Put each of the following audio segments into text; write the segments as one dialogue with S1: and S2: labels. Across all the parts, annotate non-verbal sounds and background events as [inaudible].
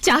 S1: 家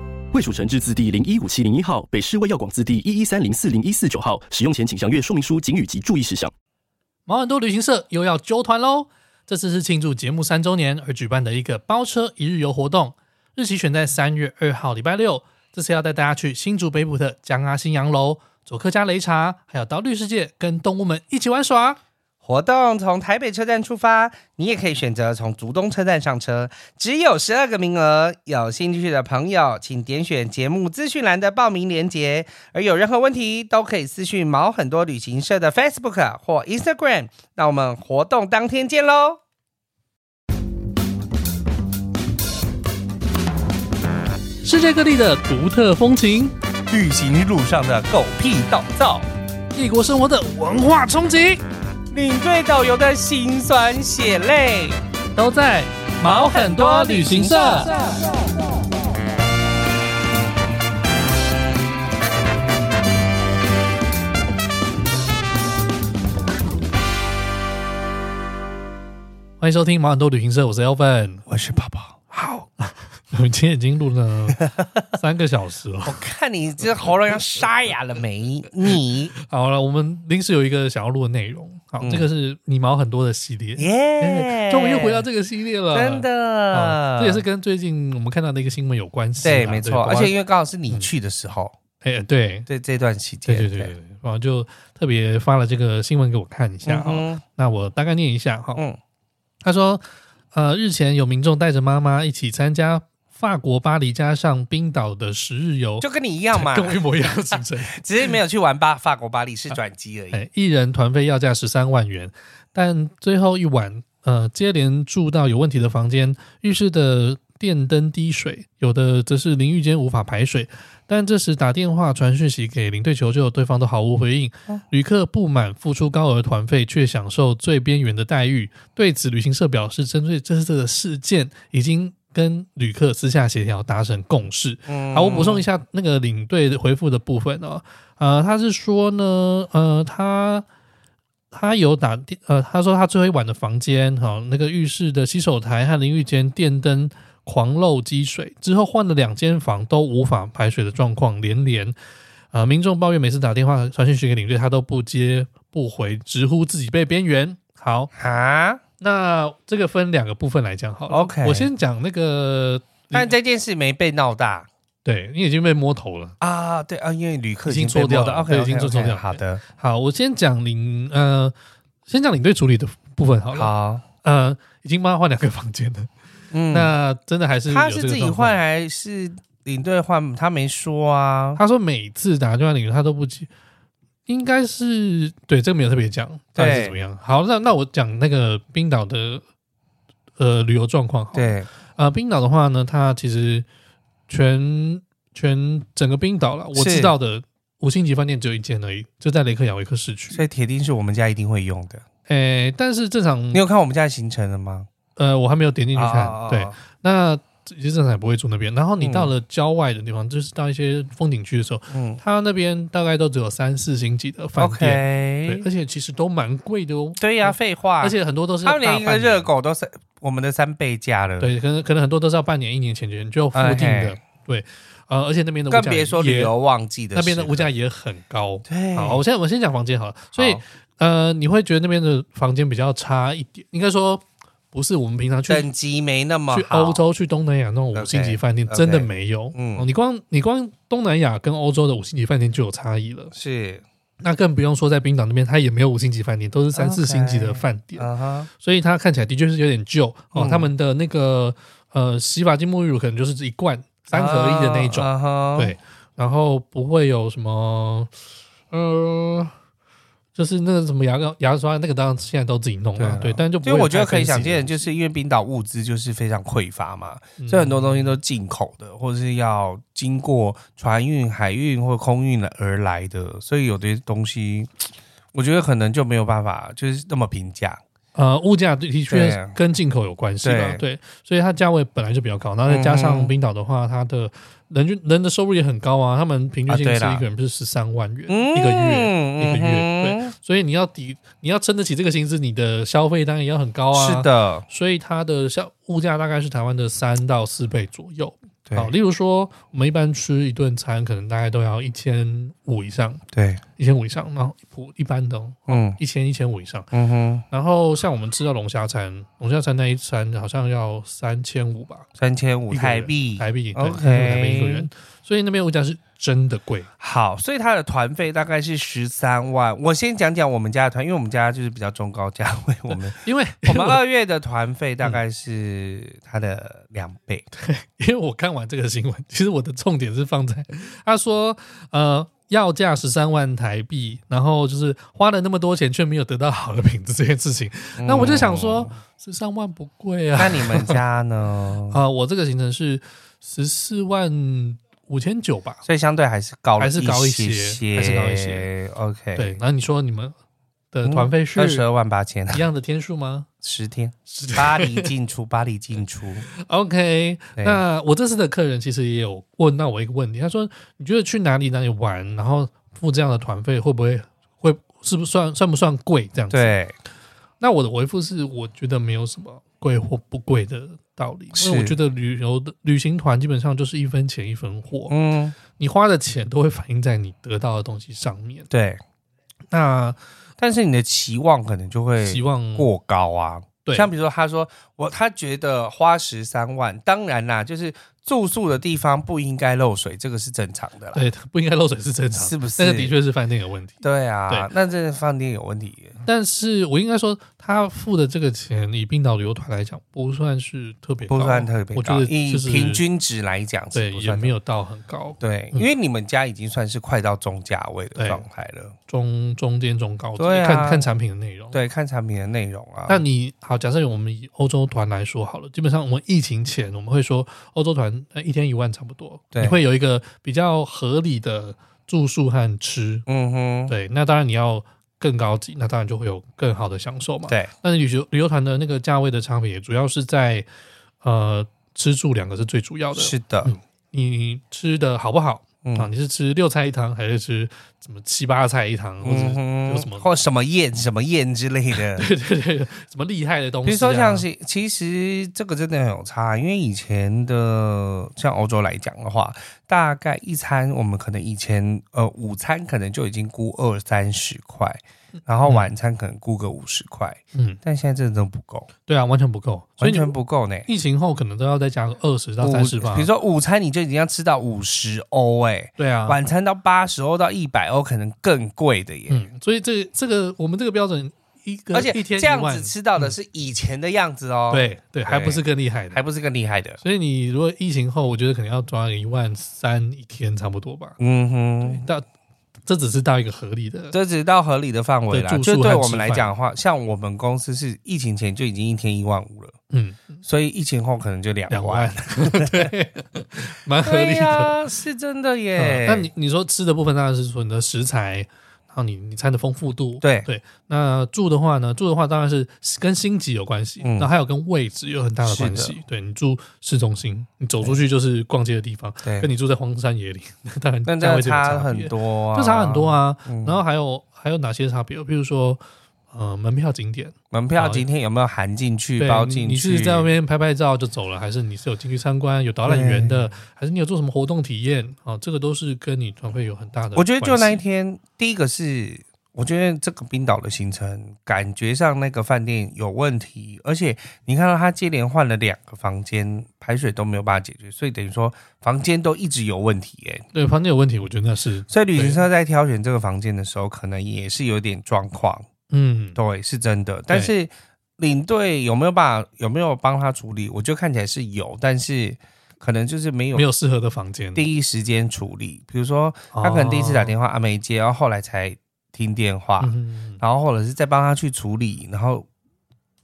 S2: 卫蜀成字字第零一五七零一号，北市卫药广字第一一三零四零一四九号。使用前请详阅说明书、警语及注意事项。
S3: 毛很多旅行社又要揪团喽！这次是庆祝节目三周年而举办的一个包车一日游活动，日期选在三月二号礼拜六。这次要带大家去新竹北埔的江阿新洋楼、佐客家擂茶，还有到绿世界跟动物们一起玩耍。
S4: 活动从台北车站出发，你也可以选择从竹东车站上车，只有十二个名额。有兴趣的朋友，请点选节目资讯栏的报名链接。而有任何问题，都可以私讯毛很多旅行社的 Facebook 或 Instagram。那我们活动当天见喽！
S3: 世界各地的独特风情，
S4: 旅行路上的狗屁倒灶，
S3: 异国生活的文化冲击，
S4: 领队导游的辛酸血泪，
S3: 都在毛很多旅行社。欢迎收听毛很多旅行社，我是 Elvin，
S4: 我是泡泡。好，
S3: 我们今天已经录了三个小时了。
S4: 我看你这喉咙要沙哑了没？你
S3: 好了，我们临时有一个想要录的内容，好，这个是你毛很多的系列，
S4: 耶，
S3: 终于又回到这个系列了，
S4: 真
S3: 啊。
S4: 的，
S3: 这也是跟最近我们看到的一个新闻有关系啊。
S4: 对，没错。而且因
S3: 为
S4: 为刚好是你去的时候，
S3: 哎，对，
S4: 对这段期间，
S3: 嗯对对对对，然后就特别发了这个新闻给我看一下
S4: 嗯
S3: 啊。
S4: 哼，
S3: 那我大概念一下哈。
S4: 嗯
S3: 他说，呃，日前有民众带着妈妈一起参加法国巴黎加上冰岛的十日游，
S4: 就跟你一样
S3: [laughs]
S4: 嘛，
S3: 跟我一模一样的行程。
S4: 只是没有去玩巴法国巴黎是转机而已。
S3: 哎，一人团费要价十三万元，但最后一晚，呃，接连住到有问题的房间，浴室的电灯滴水，有的则是淋浴间无法排水。但这时打电话传讯息给领队求救，对方都毫无回应。
S4: 哦
S3: 旅客不满付出高额团费，却享受最边缘的待遇。对此，旅行社表示，针对这次的事件，已经跟旅客私下协调达成共识。
S4: 嗯
S3: 好，我补充一下那个领队的回复的部分哦。呃，他是说呢，呃，他他有打电，呃，他说他最后一晚的房间，哈、那个浴室的洗手台和淋浴间电灯狂漏积水，之后换了两间房都无法排水的状况连连。呃，民众抱怨每次打电话传讯息给领队，他都不接不回，直呼自己被边缘。好，
S4: 啊，
S3: 那这个分两个部分来讲好了。
S4: OK
S3: 我先讲那个，
S4: 但这件事没被闹大
S3: 对你已经被摸头了。
S4: 啊，对啊，因为旅客
S3: 已经
S4: 被
S3: 做掉
S4: 冒
S3: 了
S4: ，OK，
S3: 对已经做掉了
S4: 好的，
S3: 好，我先讲领呃，先讲领队处理的部分好了。
S4: 好，
S3: 呃，已经帮他换两个房间了，
S4: 嗯，
S3: 那真的还是
S4: 他
S3: 有这
S4: 是
S3: 个
S4: 自己
S3: 状
S4: 换
S3: 况。
S4: 还是领队换？他没说啊。
S3: 他说每次打电话领队他都不接，应该是对这个没有特别讲，到底是
S4: 对
S3: 怎么样？好，那那我讲那个冰岛的呃旅游状况好了。
S4: 对，
S3: 呃，冰岛的话呢，它其实全全整个冰岛了，我
S4: 是
S3: 知道的五星级饭店只有一间而已，就在雷克雅未克市区。
S4: 所以铁定是我们家一定会用的。
S3: 嗯诶、但是这场
S4: 你有看我们家的行程了吗？
S3: 呃，我还没有点进去看，
S4: 啊
S3: 对。，那其实正常也不会住那边。然后你
S4: 嗯
S3: 到了郊外的地方，就是到一些风景区的时候，
S4: 嗯
S3: 它那边大概都只有三四星级的饭店对，
S4: ，OK，
S3: 而且其实都蛮贵的哦，
S4: 对呀，废话，
S3: 而且很多都是
S4: 他们连一
S3: 大
S4: 个
S3: 半年
S4: 热，狗都是我们的三倍价了，，
S3: 对，可能可能很多都是要半年、一年前就就付定的
S4: 哎，
S3: 对，呃，而且那边的物
S4: 更
S3: 价
S4: 别说旅
S3: 也
S4: 游旺季的
S3: 那
S4: 时候。
S3: 边的物价也很高。
S4: 对，
S3: 好，我现在我先讲房间好了，所以
S4: 好
S3: 呃，你会觉得那边的房间比较差一点，应该说不是我们平常去
S4: 等级没那么
S3: 去
S4: 好
S3: 欧，洲、去东南亚那种五星级饭店
S4: OK，OK
S3: 真的没有。
S4: 嗯
S3: 哦你光你光东南亚跟欧洲的五星级饭店就有差异了，
S4: 是
S3: 那更不用说在冰岛那边，它也没有五星级饭店，都是三
S4: OK
S3: 四星级的饭店，
S4: 啊哈，
S3: 所以它看起来的确是有点旧哦。
S4: 嗯
S3: 他们的那个呃洗发精、沐浴乳可能就是一罐三合一的那一种，
S4: 啊哈
S3: 对，然后不会有什么呃。就是那个什么牙膏、牙刷，那个当然现在都自己弄了，嗯对，
S4: 对啊
S3: 但就不
S4: 所以
S3: 会
S4: 我觉得
S3: 太
S4: 可以
S3: fancy
S4: 想见，
S3: 了，
S4: 就是因为冰岛物资就是非常匮乏嘛，
S3: 嗯
S4: 所以很多东西都进口的，或者是要经过船运、海运或空运而来的，所以有的东西，我觉得可能就没有办法，就是那么平价。
S3: 呃，物价的确
S4: 对啊
S3: 跟进口有关系吧？
S4: 对
S3: 对，所以它价位本来就比较高，然后再加
S4: 嗯
S3: 上
S4: 哼
S3: 冰岛的话，它的人均人的收入也很高啊，他们平均薪
S4: 啊对
S3: 资
S4: 啦
S3: 一个人不是十三万元
S4: 嗯，
S3: 一个月，一个月
S4: 嗯哼
S3: 所以你要抵，你要撑得起这个薪资，你的消费当然也要很高啊。
S4: 是，的，
S3: 所以它的消物价大概是台湾的三到四倍左右。
S4: 对
S3: 好，例如说我们一般吃一顿餐，可能大概都要一千五以上，
S4: 对，一
S3: 一千五以上，然后普一般的哦
S4: 嗯
S3: 一千一千五以上。
S4: 嗯哼，
S3: 然后像我们吃到龙虾餐，龙虾餐那一餐好像要三千五吧，
S4: 三千五
S3: 一个人
S4: 台币，
S3: 台币对
S4: OK
S3: 35台币一个人，所以那边物价是真的贵。
S4: 好，所以他的团费大概是十三万。我先讲讲我们家的团，因为我们家就是比较中高价位，
S3: [laughs]
S4: 我们
S3: 因为
S4: 我们二月的团费大概是它的两
S3: [laughs]
S4: 倍。
S3: 因为我看完这个新闻，其实我的重点是放在他说，呃，要价十三万台币，然后就是花了那么多钱却没有得到好的品质这件事情，那我就想说十三万不贵
S4: 嗯，
S3: 啊，
S4: 那你们家
S3: [laughs]
S4: 呢？
S3: 啊、我这个行程是十四万五千九吧，
S4: 所以相对还是高了
S3: 还是高一
S4: 些
S3: 些还是高一些。
S4: OK，
S3: 对，，然后你说你们的团费是
S4: 嗯二十二万八千，
S3: [laughs] 一样的天数吗？
S4: 十天，巴黎
S3: [laughs]
S4: 进出，巴黎进出。
S3: OK，
S4: 对
S3: 那我这次的客人其实也有问到我一个问题，他说：“你觉得去哪里哪里玩，然后付这样的团费会不会会是不是算算不算贵这样子？”，
S4: 对，
S3: 那我的回复是，我觉得没有什么贵或不贵的道理，因为
S4: 是
S3: 我觉得旅游的旅行团基本上就是一分钱一分货，
S4: 嗯，
S3: 你花的钱都会反映在你得到的东西上面。
S4: 对。
S3: 那
S4: 但是你的期望可能就会
S3: 希望
S4: 过高啊。
S3: 对
S4: 像比如说，他说我他觉得花十三万，当然啦，就是住宿的地方不应该漏水，这个是正常的啦。
S3: 对不应该漏水是正常的，
S4: 是不是
S3: 那个的确是饭店有问题。
S4: 对啊，那这饭店有问题。
S3: 但是我应该说，他付的这个钱，以冰岛旅游团来讲，不算是特别高，
S4: 不算特别
S3: 我觉
S4: 高，
S3: 得
S4: 以
S3: 就是
S4: 平均值来讲是
S3: 对
S4: 不
S3: 也
S4: 算
S3: 没有到很高，
S4: 对，
S3: 嗯
S4: 因为你们家已经算是快到中价位
S3: 对
S4: 的状态了。
S3: 中中间中高级，
S4: 对啊
S3: 看看产品的内容。，
S4: 对，看产品的内容啊。
S3: 那你好，假设我们以欧洲团来说好了，基本上我们疫情前我们会说欧洲团呃一天一万差不多，
S4: 对
S3: 你会有一个比较合理的住宿和吃，
S4: 嗯哼，
S3: 对，那当然你要更高级，那当然就会有更好的享受嘛。
S4: 对
S3: 但是旅游旅游团的那个价位的差别，主要是在呃吃住两个是最主要的。
S4: 是的
S3: 嗯，你吃的好不好、啊？
S4: 嗯
S3: 你是吃六菜一汤，还是吃什么七八菜一汤，或者
S4: 嗯
S3: 是
S4: 哼
S3: 有什么、
S4: 或什么宴什么宴之类
S3: [laughs]
S4: 的。
S3: 对对对什么厉害的东西、啊？
S4: 比如说像是，其实这个真的很有差，因为以前的像欧洲来讲的话，大概一餐我们可能以前呃午餐可能就已经估二三十块，然后晚餐可能估个五十块，
S3: 嗯，
S4: 但现在真的都不够，
S3: 对啊，完全不够，所以
S4: 完
S3: 你
S4: 全不够呢。
S3: 疫情后可能都要再加个二十到
S4: 午
S3: 三十吧。
S4: 比如说午餐你就已经要吃到五十欧哎，
S3: 对啊，
S4: 晚餐到八十欧到一百欧可能更贵的耶。
S3: 嗯，所以这这个我们这个标准一个
S4: 而且
S3: 一天
S4: 这样
S3: 一万嗯
S4: 子吃到的是以前的样子哦，，
S3: 对对，还不是更厉害的
S4: 还。不是更厉害的。
S3: 所以你如果疫情后，我觉得可能要抓一万三一天差不多吧。
S4: 嗯哼，
S3: 到这只是到一个合理的，
S4: 这只是到合理的范围啦。
S3: 对住宿
S4: 就
S3: 和
S4: 对我
S3: 吃
S4: 们来
S3: 饭
S4: 讲的话，像我们公司是疫情前就已经一天一万五了，
S3: 嗯，
S4: 所以疫情后可能就两
S3: 两
S4: 万
S3: 万。，对， [laughs] 蛮合
S4: 对
S3: 理的。
S4: 呀、哎是真的耶
S3: 嗯。那你你说吃的部分当然是说你的食材，然后你你餐的丰富度，
S4: 对
S3: 对。那住的话呢，住的话当然是跟星级有关系，
S4: 嗯
S3: 那还有跟位置有很大的关
S4: 是
S3: 系。对你住市中心，你走出去就是逛街的地方，跟
S4: 对，
S3: 你住在荒山野岭，那当然
S4: 但
S3: 价
S4: 这
S3: 位就有
S4: 差
S3: 差别
S4: 很多、啊，
S3: 就差很多
S4: 啊。
S3: 啊。
S4: 嗯
S3: 然后还有还有哪些差别？比如说，呃，门票景点，
S4: 门票今天有没有含进去、
S3: 对，啊
S4: 包
S3: 你
S4: 进去？
S3: 你是在外面拍拍照就走了，还是你是有进去参观、有导览员的，还是你有做什么活动体验啊、这个都是跟你团费有很大的关系。
S4: 我觉得就那一天，第一个是，我觉得这个冰岛的行程感觉上那个饭店有问题，而且你看到他接连换了两个房间，排水都没有办法解决，所以等于说房间都一直有问题耶、
S3: 对房间有问题，我觉得那是
S4: 所以旅行社在挑选这个房间的时候，可能也是有点状况，
S3: 嗯，
S4: 对，是真的。但是领队有没有办法，有没有帮他处理？我觉得看起来是有，但是可能就是没有
S3: 没有适合的房间。嗯
S4: 第一时间处理。比如说，
S3: 哦
S4: 他可能第一次打电话啊没接，然后后来才听电话，
S3: 嗯
S4: 然后或者是再帮他去处理，然后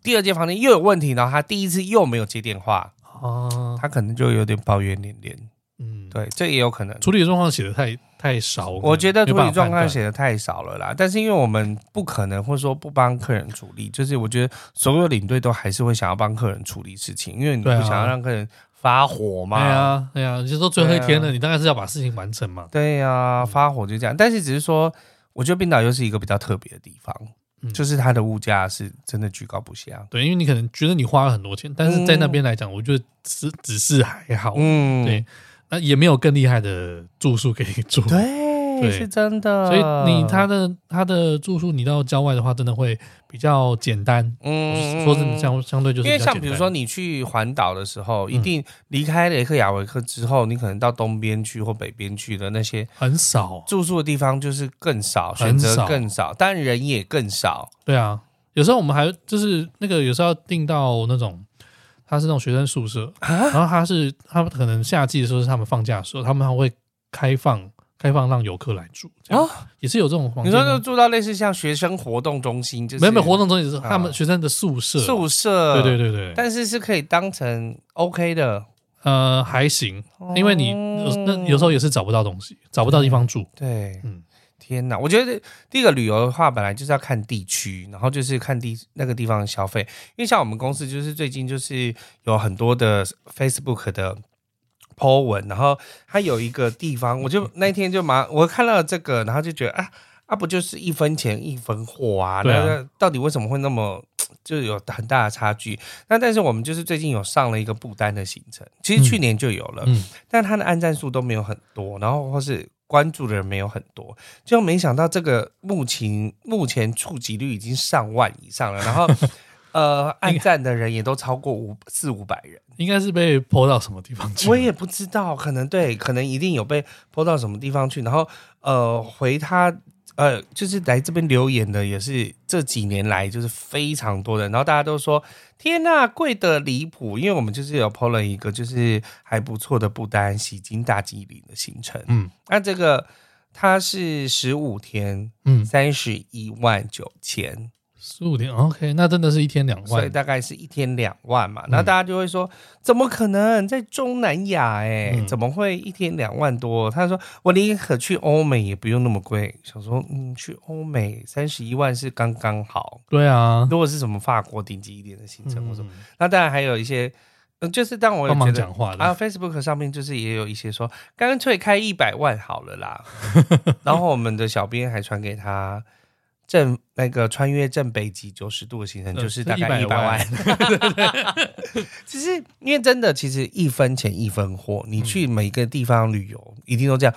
S4: 第二间房间又有问题，然后他第一次又没有接电话，
S3: 啊，
S4: 他可能就有点抱怨连连。
S3: 嗯，
S4: 对，这也有可能。
S3: 处理状况写的太太少，
S4: 我觉得
S3: 没
S4: 处
S3: 办
S4: 理
S3: 法
S4: 状况
S3: 判断啊
S4: 写的太少了啦，但是因为我们不可能，或者说不帮客人处理，就是我觉得所有领队都还是会想要帮客人处理事情，因为你不
S3: 对啊
S4: 想要让客人发火嘛。
S3: 对啊，对啊，就说最后一天
S4: 对
S3: 了，
S4: 啊
S3: 你当然是要把事情完成嘛。
S4: 对呀、
S3: 嗯
S4: 发火就这样。但是只是说，我觉得冰岛又是一个比较特别的地方，
S3: 嗯
S4: 就是它的物价是真的居高不下。
S3: 对，因为你可能觉得你花了很多钱，但是在那边来讲，我觉得只只是还好，
S4: 嗯，
S3: 对那也没有更厉害的住宿可以住。
S4: 对，
S3: 对
S4: 是真的。
S3: 所以你
S4: 呃
S3: 他的他的住宿，你到郊外的话，真的会比较简单。
S4: 嗯
S3: 说真的，。相相对就是
S4: 因为
S3: 比较
S4: 像
S3: 简单嗯
S4: 比如说，你去环岛的时候，一定离开雷克雅维克之后，你可能到东边去或北边去的那些
S3: 很少，
S4: 住宿的地方就是更少，选
S3: 很少
S4: 择更少，但人也更少。
S3: 对啊，有时候我们还就是那个有时候要订到那种，他是那种学生宿舍，
S4: 啊
S3: 然后他是他们可能夏季的时候是他们放假的时候，他们还会开放开放让游客来住，这样、也是有这种房
S4: 哦你
S3: 间
S4: 说
S3: 吗。
S4: 就住到类似像学生活动中心，就
S3: 啊
S4: 是
S3: 没有没有活动中心是他们
S4: 啊
S3: 学生的宿舍，啊
S4: 宿舍，
S3: 对对对对，
S4: 但是是可以当成 OK 的，
S3: 呃还行，
S4: 哦
S3: 因为你有那有时候也是找不到东西，找不到地方住，
S4: 对，
S3: 嗯
S4: 天哪！我觉得第一个旅游的话，本来就是要看地区，然后就是看地那个地方的消费。因为像我们公司，就是最近就是有很多的 Facebook 的 po 文，然后它有一个地方，
S3: 嗯
S4: 我就那天就马我看到了这个，然后就觉得啊啊，不就是一分钱一分货啊？
S3: 对啊
S4: 那到底为什么会那么就有很大的差距？那但是我们就是最近有上了一个不丹的行程，其实去年就有了，
S3: 嗯
S4: 但它的按赞数都没有很多，然后或是关注的人没有很多，就没想到这个目前目前触及率已经上万以上了，然后呃按赞的人也都超过五四五百人，
S3: 应该是被泼到什么地方去？
S4: 我也不知道，可能对，可能一定有被播到什么地方去，然后呃回他。呃，就是来这边留言的也是这几年来就是非常多人，然后大家都说天呐、贵的离谱！因为我们就是有 PO 了一个就是还不错的不丹洗金大吉岭的行程，
S3: 嗯
S4: 那这个它是十五天，
S3: 嗯，
S4: 三十一万九千，
S3: 十五天 OK，那真的是一天两
S4: 所以
S3: 万，嗯
S4: 大概是一天两万嘛。那大家就会说，怎么可能在中南亚、欸？哎、
S3: 嗯
S4: 怎么会一天两万多？他说，我宁可去欧美，也不用那么贵。想说，嗯，去欧美三十一万是刚刚好。
S3: 对啊，
S4: 如果是什么法国顶级一点的行程或什么，
S3: 嗯
S4: 那当然还有一些，呃、就是当我也
S3: 帮
S4: 觉
S3: 忙
S4: 得
S3: 讲话的
S4: 啊，Facebook 上面就是也有一些说，干脆开一百万好
S3: [laughs]
S4: 了啦。然后我们的小编还传给他正那个穿越正北极九十度的行程，
S3: 嗯
S4: 就是大概一
S3: 100
S4: 百
S3: 万
S4: 万。其实因为真的，其实一分钱一分货，你去每个地方旅游、一定都这样，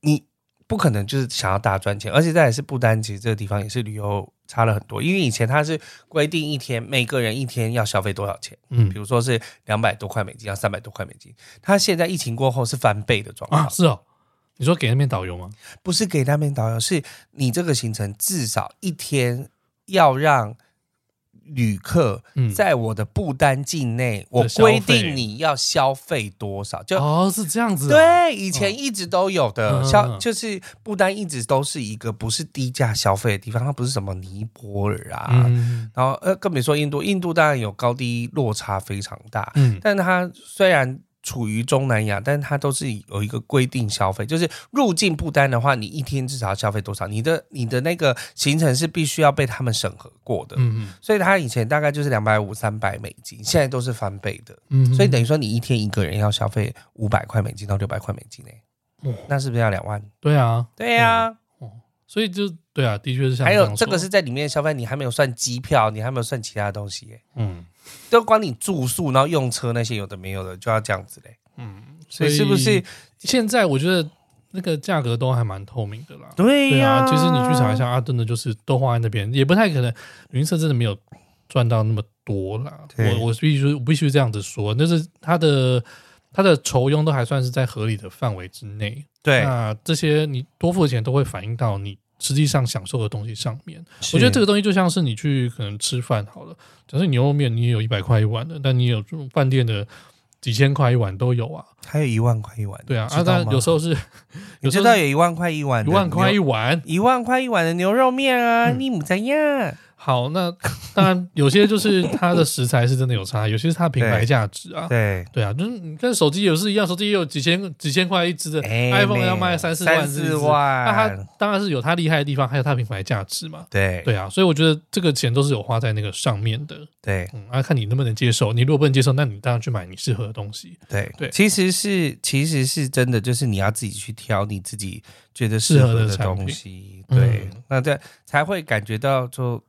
S4: 你。不可能就是想要大赚钱，而且再来是不丹，其实这个地方也是旅游差了很多。因为以前它是规定一天每个人一天要消费多少钱，
S3: [laughs] 嗯
S4: 比如说是两百多块美金，要三百多块美金。它现在疫情过后是翻倍的状况、
S3: 啊是哦，你说给那边导游吗？
S4: 不是给那边导游，是你这个行程至少一天要让旅客
S3: 嗯
S4: 在我的不丹境内，我
S3: 的消费
S4: 规定你要消费多少，就、
S3: 哦是这样子哦，
S4: 对，以前一直都有
S3: 嗯
S4: 的，
S3: 嗯
S4: 消
S3: 嗯
S4: 就是不丹一直都是一个不是低价消费的地方，它不是什么尼泊尔啊，
S3: 嗯
S4: 然后呃更别说印度，印度当然有高低落差非常大，
S3: 嗯
S4: 但它虽然处于中南亚，但它都是有一个规定消费，就是入境不丹的话，你一天至少要消费多少？你的你的那个行程是必须要被他们审核过的。
S3: 嗯
S4: 所以它以前大概就是两百五、三百美金，现在都是翻倍的。
S3: 嗯，
S4: 所以等于说，你一天一个人要消费五百块美金到六百块美金呢、欸
S3: 哦
S4: 那是不是要两万？
S3: 对啊，
S4: 对呀、
S3: 所以就对啊，的确是像
S4: 还
S3: 样
S4: 有
S3: 说
S4: 这个是在里面的消费，你还没有算机票，你还没有算其他东西、欸，
S3: 嗯
S4: 都光你住宿，然后用车那些有的没有的，就要这样子嘞、
S3: 嗯，
S4: 所以是不是
S3: 现在我觉得那个价格都还蛮透明的啦？
S4: 对
S3: 对
S4: 哎呀、
S3: 啊，其实你去查一下，啊，真的就是都花在那边，也不太可能，旅行社真的没有赚到那么多啦。
S4: 对
S3: 我我必须我必须这样子说，就是它的它的酬庸都还算是在合理的范围之内。
S4: 对，
S3: 那这些你多付的钱都会反映到你实际上享受的东西上面。我觉得这
S4: 个
S3: 个东西就像是你去可能吃饭好了，假设你牛肉面你也有一百块一碗的，但你有这种饭店的几千块一碗都有啊。
S4: 还有一万块一碗，
S3: 对啊，
S4: 知
S3: 啊，
S4: 道
S3: 但
S4: 吗
S3: 有时候是，
S4: 你
S3: 有时
S4: 知
S3: 候
S4: 道
S3: 是
S4: 有一万块一碗
S3: 一
S4: 的牛，
S3: 万块一碗。
S4: 一万块一碗的牛肉面啊，
S3: 嗯
S4: 你母怎样？
S3: 好，那当然有些就是它的食材是真的有差，有些是它品牌价值啊。
S4: 对，
S3: 对啊，就是你跟手机也是一样，手机也有几千几千块一只的、
S4: 哎
S3: iPhone
S4: 妹
S3: 要卖三四万
S4: 三
S3: 是一只
S4: 四，万，
S3: 那它当然是有它厉害的地方，还有它品牌价值嘛。
S4: 对
S3: 对啊，所以我觉得这个钱都是有花在那个上面的。
S4: 对
S3: 嗯，啊，看你能不能接受。你如果不能接受，那你当然去买你适合的东西，
S4: 对
S3: 对
S4: 其实是其实是真的，就是你要自己去挑你自己觉得适
S3: 适合
S4: 合
S3: 的
S4: 的
S3: 产品嗯
S4: 东西，对，那这才会感觉到就。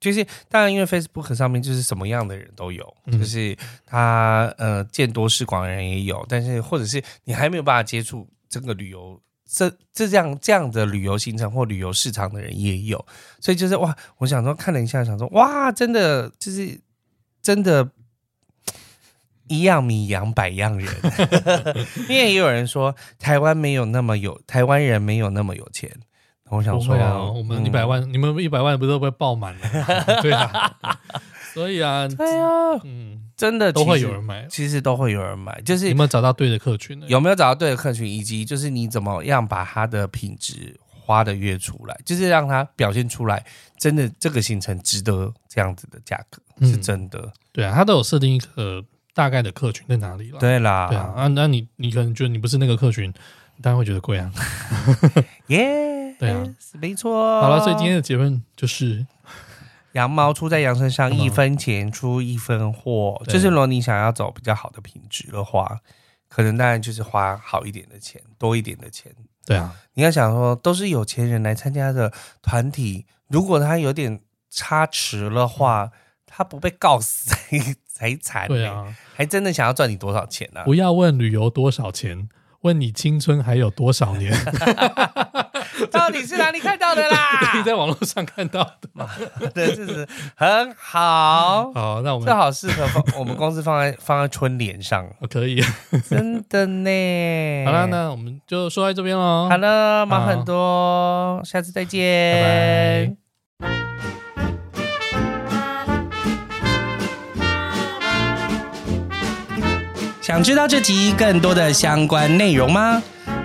S4: 就是当然，因为 Facebook 上面就是什么样的人都有，
S3: 嗯
S4: 就是他呃见多识广的人也有，但是或者是你还没有办法接触这个旅游这这这样这样的旅游行程或旅游市场的人也有，所以就是哇，我想说看了一下，想说哇，真的就是真的。一样米养百样
S3: [laughs]
S4: 人，因为也有人说台湾没有那么有台湾人没有那么有钱。我想
S3: 不
S4: 说
S3: 会，啊，我们
S4: 嗯
S3: 一百万，你们一百万不都被爆满了？ [laughs] 对啊，
S4: [laughs]
S3: 所以啊，
S4: 对啊，
S3: 嗯，
S4: 真的
S3: 都会有
S4: 其实
S3: 人买。
S4: 其实都会有人买，就是
S3: 有没有找到对的客群呢？
S4: 有没有找到对的客群，以及就是你怎么样把它的品质花的越出来，就是让它表现出来，真的这个行程值得这样子的价格，
S3: 嗯
S4: 是真的。
S3: 对啊，他都有设定一个大概的客群在哪里了。
S4: 对啦，
S3: 对啊，啊，那你你可能觉得你不是那个客群，你当然会觉得贵啊。
S4: 耶，
S3: 对啊，
S4: 没错。
S3: 好了，所以今天的结论就是，
S4: 羊毛出在羊身上，
S3: 羊毛
S4: 一分钱出一分货。
S3: 嗯对
S4: 就是如果你想要走比较好的品质的话，可能当然就是花好一点的钱，多一点的钱。
S3: 对啊，
S4: 你要想说，都是有钱人来参加的团体，如果他有点差池的话，他不被告死才才惨、
S3: 嗯对，啊，
S4: 还真的想要赚你多少钱呢、啊？
S3: 不要问旅游多少钱，问你青春还有多少
S4: [laughs]
S3: 年。
S4: 到底是哪里看到
S3: [laughs]
S4: 的
S3: 你
S4: 啦？
S3: 在网络上看到
S4: [laughs]
S3: 的嗯嘛。
S4: 对，这是很好，
S3: 好，那我们
S4: 这好适合放我们公司放在放在春联上，
S3: [laughs] 哦可以。
S4: 哎真的呢。
S3: 好了，那我们就说到这边喽。
S4: 好了，忙很多，下次再见，
S3: 拜拜。
S4: 想知道这集更多的相关内容吗？